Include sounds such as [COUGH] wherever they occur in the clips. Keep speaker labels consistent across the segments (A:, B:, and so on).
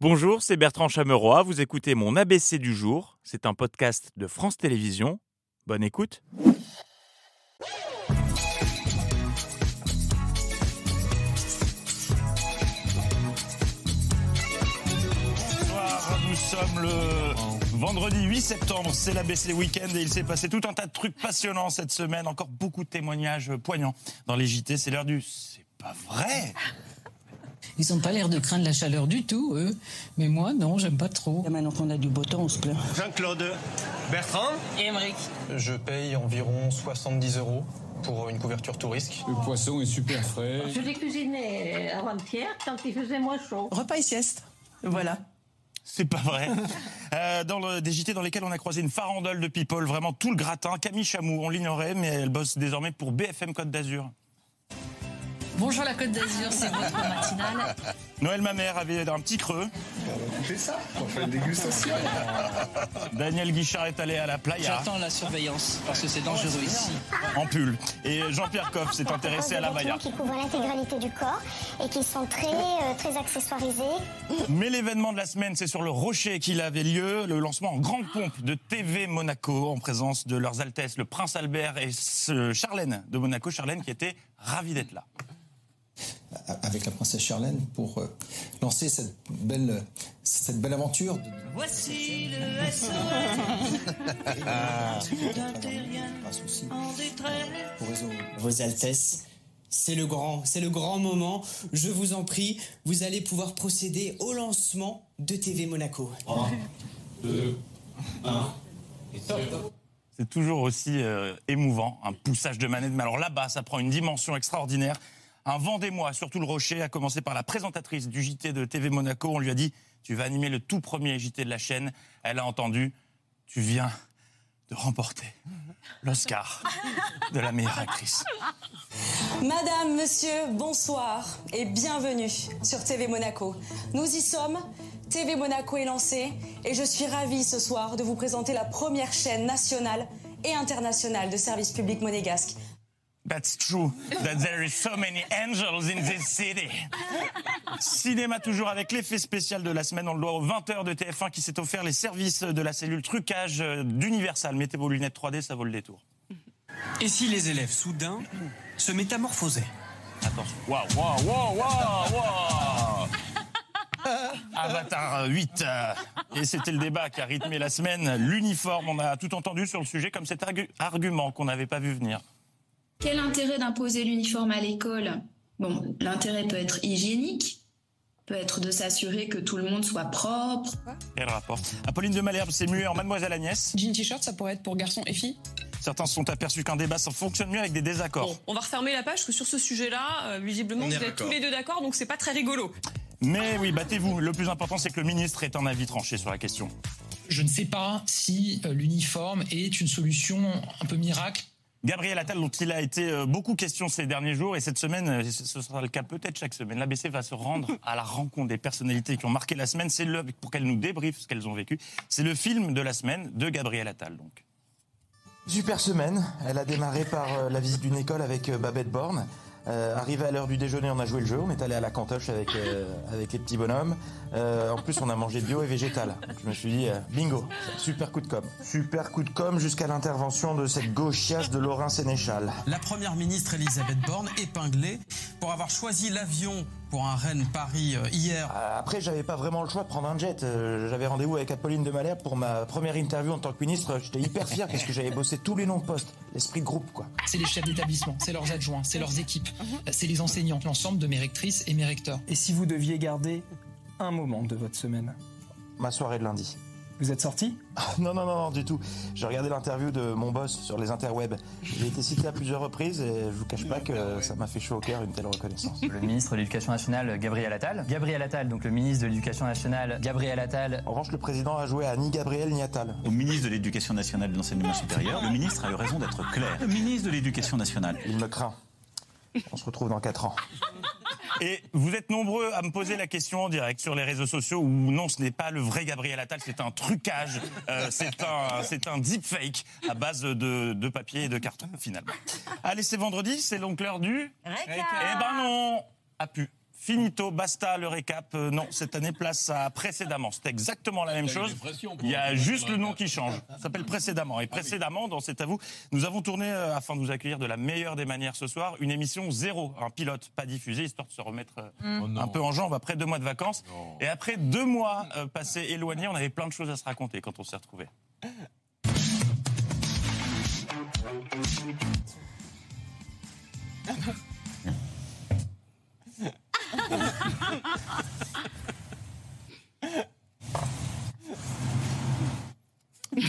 A: Bonjour, c'est Bertrand Chameroy. Vous écoutez mon ABC du jour. C'est un podcast de France Télévisions. Bonne écoute.
B: Bonsoir, nous sommes le vendredi 8 septembre, c'est l'ABC Weekend et il s'est passé tout un tas de trucs passionnants cette semaine, encore beaucoup de témoignages poignants dans les JT, c'est l'heure du... C'est pas vrai
C: Ils n'ont pas l'air de craindre la chaleur du tout, eux. Mais moi, non, j'aime pas trop.
D: Maintenant qu'on a du beau temps, on se plaint.
E: Jean-Claude. Bertrand
F: Je paye environ 70 euros pour une couverture tout risque.
G: Le poisson est super frais.
H: Je l'ai cuisiné avant-hier quand il faisait moins chaud.
D: Repas et sieste. Voilà.
B: C'est pas vrai. [LAUGHS] Euh, dans le, des JT dans lesquels on a croisé une farandole de people, vraiment tout le gratin. Camille Chamou, on l'ignorait, mais elle bosse désormais pour BFM Côte d'Azur.
C: Bonjour la Côte d'Azur, c'est votre matinale.
B: Noël, ma mère, avait un petit creux.
E: C'est ça, on fait une dégustation.
B: Daniel Guichard est allé à la playa
I: J'attends la surveillance parce que c'est dangereux ici.
B: en pull. Et Jean-Pierre Coff s'est intéressé à la
J: maille.
B: Maya.
J: qui couvrent l'intégralité du corps et qui sont très, euh, très accessoirisés.
B: Mais l'événement de la semaine, c'est sur le Rocher qu'il avait lieu, le lancement en grande pompe de TV Monaco en présence de leurs altesses, le prince Albert et ce Charlène de Monaco, Charlène qui était ravie d'être là.
K: avec la princesse Charlène pour euh, lancer cette belle, cette belle aventure.
H: Voici le
K: Ah. Pas de souci pour réseau.
I: Vos Altesses, c'est le grand, c'est le grand moment. Je vous en prie, vous allez pouvoir procéder au lancement de TV Monaco.
B: C'est toujours aussi euh, émouvant, un poussage de manette. Mais alors là-bas, ça prend une dimension extraordinaire. Un Vendémois sur tout le Rocher, à commencer par la présentatrice du JT de TV Monaco. On lui a dit Tu vas animer le tout premier JT de la chaîne. Elle a entendu Tu viens de remporter l'Oscar de la meilleure actrice.
L: Madame, monsieur, bonsoir et bienvenue sur TV Monaco. Nous y sommes, TV Monaco est lancée et je suis ravie ce soir de vous présenter la première chaîne nationale et internationale de service public monégasque.
B: That's true that there is so many angels in this city. Cinéma toujours avec l'effet spécial de la semaine. On le doit aux 20h de TF1 qui s'est offert les services de la cellule trucage euh, d'Universal. Mettez vos lunettes 3D, ça vaut le détour.
I: Et si les élèves soudain se métamorphosaient
B: Attention. Waouh, waouh, waouh, waouh, waouh Avatar euh, 8. euh, Et c'était le débat qui a rythmé la semaine. L'uniforme, on a tout entendu sur le sujet comme cet argu- argument qu'on n'avait pas vu venir.
H: Quel intérêt d'imposer l'uniforme à l'école Bon, l'intérêt peut être hygiénique, peut être de s'assurer que tout le monde soit propre.
B: Quel rapport Apolline de Malherbe s'est muée en Mademoiselle Agnès.
C: Jean t-shirt, ça pourrait être pour garçons et filles
B: Certains se sont aperçus qu'un débat s'en fonctionne mieux avec des désaccords.
L: on va refermer la page que sur ce sujet-là, euh, visiblement,
E: On est vous êtes d'accord. tous les
L: deux d'accord, donc c'est pas très rigolo.
B: Mais oui, battez-vous. Le plus important, c'est que le ministre ait un avis tranché sur la question.
F: Je ne sais pas si euh, l'uniforme est une solution un peu miracle.
B: Gabriel Attal, dont il a été euh, beaucoup question ces derniers jours, et cette semaine, euh, ce ce sera le cas peut-être chaque semaine, l'ABC va se rendre à la rencontre des personnalités qui ont marqué la semaine. C'est le, pour qu'elles nous débriefent ce qu'elles ont vécu. C'est le film de la semaine de Gabriel Attal, donc.
K: Super semaine. Elle a démarré par euh, la visite d'une école avec euh, Babette Borne. Euh, arrivé à l'heure du déjeuner, on a joué le jeu. On est allé à la cantoche avec, euh, avec les petits bonhommes. Euh, en plus, on a mangé bio et végétal. Je me suis dit, euh, bingo, super coup de com. Super coup de com jusqu'à l'intervention de cette gauchiasse de Laurent Sénéchal.
I: La première ministre Elisabeth Borne épinglée pour avoir choisi l'avion pour un Rennes-Paris euh, hier.
K: Euh, Après, j'avais pas vraiment le choix de prendre un jet. Euh, J'avais rendez-vous avec Apolline de Malherbe pour ma première interview en tant que ministre. J'étais hyper fier parce que j'avais bossé tous les noms de poste. L'esprit de groupe, quoi.
F: C'est les chefs d'établissement, c'est leurs adjoints, c'est leurs équipes,
C: Mhm.
F: euh, c'est les enseignants, l'ensemble de mes rectrices et mes recteurs.
I: Et si vous deviez garder un moment de votre semaine
K: Ma soirée de lundi.
I: Vous êtes sorti
K: [LAUGHS] Non, non, non, non, du tout. J'ai regardé l'interview de mon boss sur les interwebs. J'ai été cité à plusieurs reprises et je vous cache pas que ça m'a fait chaud au cœur une telle reconnaissance.
I: Le ministre de l'Éducation nationale, Gabriel Attal. Gabriel Attal, donc le ministre de l'Éducation nationale, Gabriel Attal,
K: En revanche, le président a joué à ni Gabriel ni Attal.
M: Au ministre de l'Éducation nationale et de l'enseignement supérieur, le ministre a eu raison d'être clair. Le ministre de l'Éducation nationale.
K: Il me craint. On se retrouve dans 4 ans.
B: Et vous êtes nombreux à me poser la question en direct sur les réseaux sociaux ou non, ce n'est pas le vrai Gabriel Attal, c'est un trucage, euh, c'est un, c'est un deepfake à base de, de papier et de carton, finalement. Allez, c'est vendredi, c'est donc l'heure du... Eh ben non À pu, Finito, basta, le récap. Euh, non, cette année, place à précédemment. C'est exactement la même chose. Il y a juste le nom qui change. Ça s'appelle précédemment. Et précédemment, dans cet à vous, nous avons tourné, euh, afin de vous accueillir de la meilleure des manières ce soir, une émission zéro, un pilote pas diffusé, histoire de se remettre euh,
G: Mm. Oh non.
B: un peu en jambe après deux mois de vacances. Et après deux mois euh, passés éloignés, on avait plein de choses à se raconter quand on s'est retrouvés.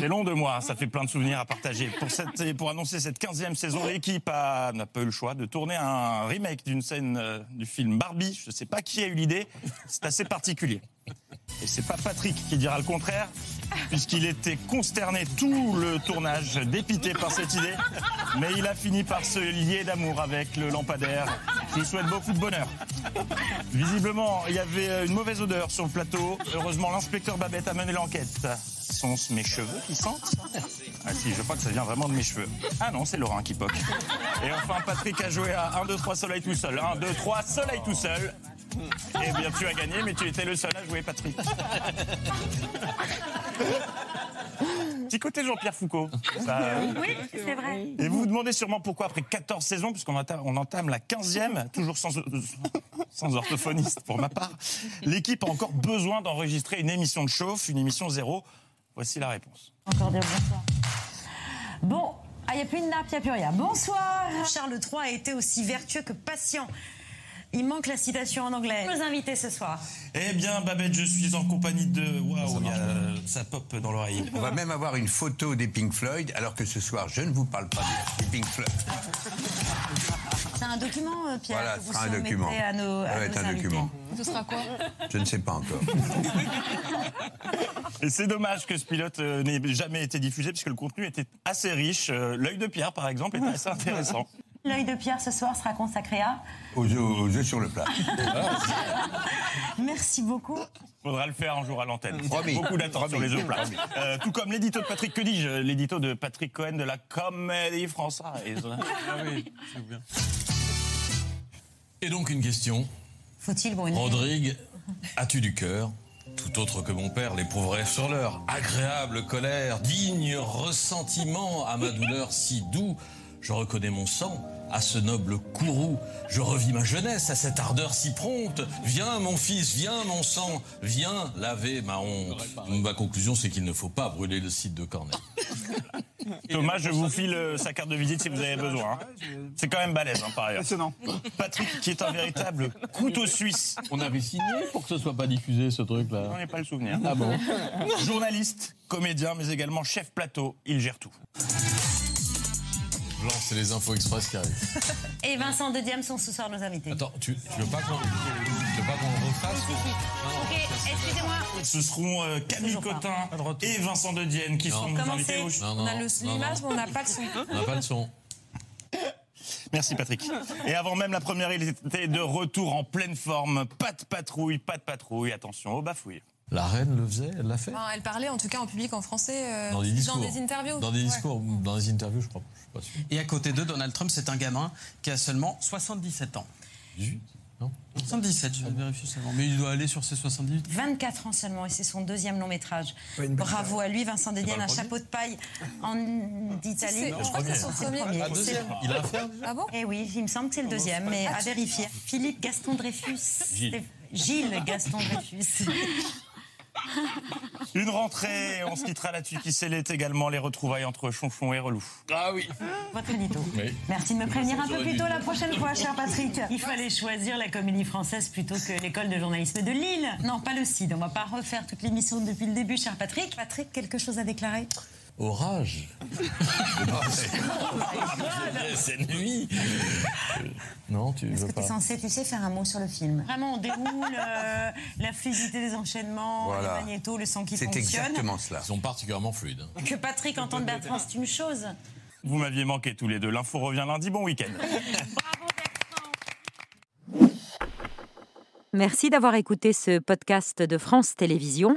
B: C'est long de moi, hein. ça fait plein de souvenirs à partager. Pour, cette- et pour annoncer cette 15e saison, l'équipe a- n'a pas eu le choix de tourner un remake d'une scène euh, du film Barbie. Je ne sais pas qui a eu l'idée, c'est assez particulier. Et c'est pas Patrick qui dira le contraire, puisqu'il était consterné tout le tournage, dépité par cette idée. Mais il a fini par se lier d'amour avec le lampadaire. Je vous souhaite beaucoup de bonheur. Visiblement, il y avait euh, une mauvaise odeur sur le plateau. Heureusement, l'inspecteur Babette a mené l'enquête. Sont-ce mes cheveux qui sentent Ah si, je crois que ça vient vraiment de mes cheveux. Ah non, c'est Laurent qui poque. Et enfin, Patrick a joué à 1, 2, 3, soleil tout seul. 1, 2, 3, soleil tout seul. Eh bien, tu as gagné, mais tu étais le seul à jouer, Patrick. Petit côté Jean-Pierre Foucault. Ça, euh,
N: Oui, c'est vrai.
B: et vous vous demandez sûrement pourquoi, après 14 saisons, puisqu'on entame, on entame la 15e, toujours sans, euh, sans orthophoniste pour ma part, l'équipe a encore besoin d'enregistrer une émission de chauffe, une émission zéro. Voici la réponse.
N: Encore dire bonsoir. Bon, ah, il n'y a plus de nappe, il n'y a plus rien. Bonsoir Charles III a été aussi vertueux que patient. Il manque la citation en anglais. Nos invités ce soir.
B: Eh bien, Babette, je suis en compagnie de. Waouh, il y a- ça pop dans l'oreille.
O: On va même avoir une photo des Pink Floyd, alors que ce soir, je ne vous parle pas des Pink Floyd.
N: C'est un document, euh, Pierre
O: Voilà,
N: que
O: ce
N: vous
O: sera un
N: soumettez
O: document.
N: à nos, à
O: Ça va être
N: nos
O: un
N: invités.
O: document.
N: Ce sera quoi
O: Je ne sais pas encore.
B: Et c'est dommage que ce pilote euh, n'ait jamais été diffusé, puisque le contenu était assez riche. Euh, L'œil de Pierre, par exemple, était assez intéressant.
N: L'œil de Pierre ce soir sera consacré à...
O: Aux œufs, aux œufs sur le plat.
N: Merci beaucoup.
B: Faudra le faire un jour à l'antenne.
O: Mmh. Promis.
B: Beaucoup d'attentes sur
O: Promis.
B: les œufs plats.
O: Promis.
B: Euh, tout comme l'édito de Patrick, que dis-je L'édito de Patrick Cohen de la Comédie Française.
G: Et donc une question.
N: Faut-il, bon, une-
G: Rodrigue, as-tu du cœur Tout autre que mon père l'éprouverait sur l'heure. Agréable colère, digne ressentiment à ma douleur si doux. Je reconnais mon sang à ce noble courroux. Je revis ma jeunesse à cette ardeur si prompte. Viens, mon fils, viens, mon sang, viens laver ma honte. Ma conclusion, c'est qu'il ne faut pas brûler le site de Corneille.
B: Thomas, je vous file euh, sa carte de visite si vous avez besoin. hein. C'est quand même balèze, hein, par ailleurs. Patrick, qui est un véritable couteau suisse.
P: On avait signé pour que ce soit pas diffusé ce truc-là.
B: On n'a pas le souvenir.
P: Ah bon
B: Journaliste, comédien, mais également chef plateau, il gère tout.
G: Blanc, c'est les infos express qui arrivent.
N: [LAUGHS] Et Vincent de Diam sont ce soir nos invités.
G: Attends, tu, tu veux pas qu'on tu veux pas qu'on refasse
N: Ok, excusez-moi.
B: Ce seront euh, Camille Cotin et Vincent De Dienne qui
G: Non.
B: seront nos invités. au-
G: Non, non, non, non.
N: on n'a pas le son.
G: On n'a pas le son.
B: Merci Patrick. Et avant même la première, il était de retour en pleine forme. Pas de patrouille, pas de patrouille. Attention aux bafouilles.
G: La reine le faisait, elle l'a fait.
N: Ah,
Q: Enfin, elle parlait en tout cas en public en français euh,
G: Dans des discours.
Q: des interviews.
G: Dans des
Q: Ouais.
G: discours, dans des interviews, je crois. Je suis pas sûr.
I: Et à côté d'eux, Donald Trump, c'est un gamin qui a seulement 77 ans.
G: 18
I: 77, je vais vérifier seulement. Mais il doit aller sur ses 78.
N: 24 ans seulement et c'est son deuxième long métrage.
I: Ouais, une bonne
N: Bravo à lui, Vincent
I: C'est
N: Dedienne,
I: pas
N: un
I: le
N: chapeau de paille en
Q: C'est-
N: d'Italie.
Q: je crois que c'est son
N: C'est le
Q: premier.
N: premier.
Q: Ah, deuxième.
N: C'est-
Q: Il a un frère, déjà Ah bon
N: Eh oui, il me semble que c'est le deuxième, mais à vérifier. Philippe Gaston Dreyfus.
B: Gilles.
N: Stéph- Gilles Gaston Dreyfus.
B: Une rentrée, on se quittera là-dessus, qui scellait également les retrouvailles entre Chonchon et Relou.
N: Ah oui. Votre édito. Merci de me prévenir un peu plus tôt la prochaine fois, cher Patrick. Il fallait choisir la comédie française plutôt que l'école de journalisme de Lille. Non, pas le CID. On va pas refaire toute l'émission depuis le début, cher Patrick. Patrick, quelque chose à déclarer [LAUGHS]
G: Orage. C'est nuit. Non, tu veux
N: T'es
G: pas.
N: censé, tu sais, faire un mot sur le film. Vraiment, on déroule euh, la fluidité des enchaînements,
G: Voilà.
N: les magnétos, le sang qui fonctionne.
G: cela. Ils sont particulièrement fluides. hein.
N: Que Patrick entende Bertrand, c'est une chose.
B: Vous m'aviez manqué tous les deux. L'info revient lundi. Bon week-end.
R: Merci d'avoir écouté ce podcast de France Télévisions.